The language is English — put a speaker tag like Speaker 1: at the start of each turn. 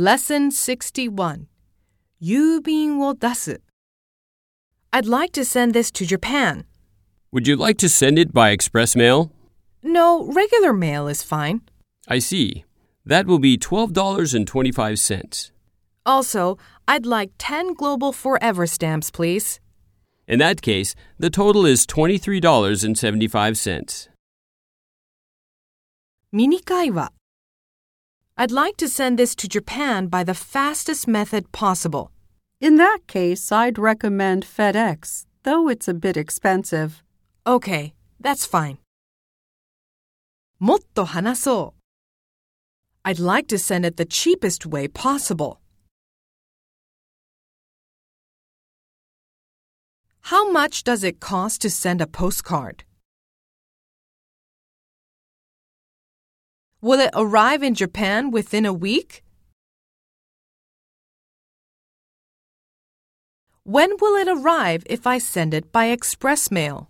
Speaker 1: Lesson 61 Yubin wo dasu. I'd like to send this to Japan.
Speaker 2: Would you like to send it by express mail?
Speaker 1: No, regular mail is fine.
Speaker 2: I see. That will be $12.25.
Speaker 1: Also, I'd like 10 Global Forever stamps, please.
Speaker 2: In that case, the total is $23.75.
Speaker 1: ミニ会話 I'd like to send this to Japan by the fastest method possible.
Speaker 3: In that case, I'd recommend FedEx, though it's a bit expensive.
Speaker 1: Okay, that's fine. もっと話そう I'd like to send it the cheapest way possible. How much does it cost to send a postcard? Will it arrive in Japan within a week? When will it arrive if I send it by express mail?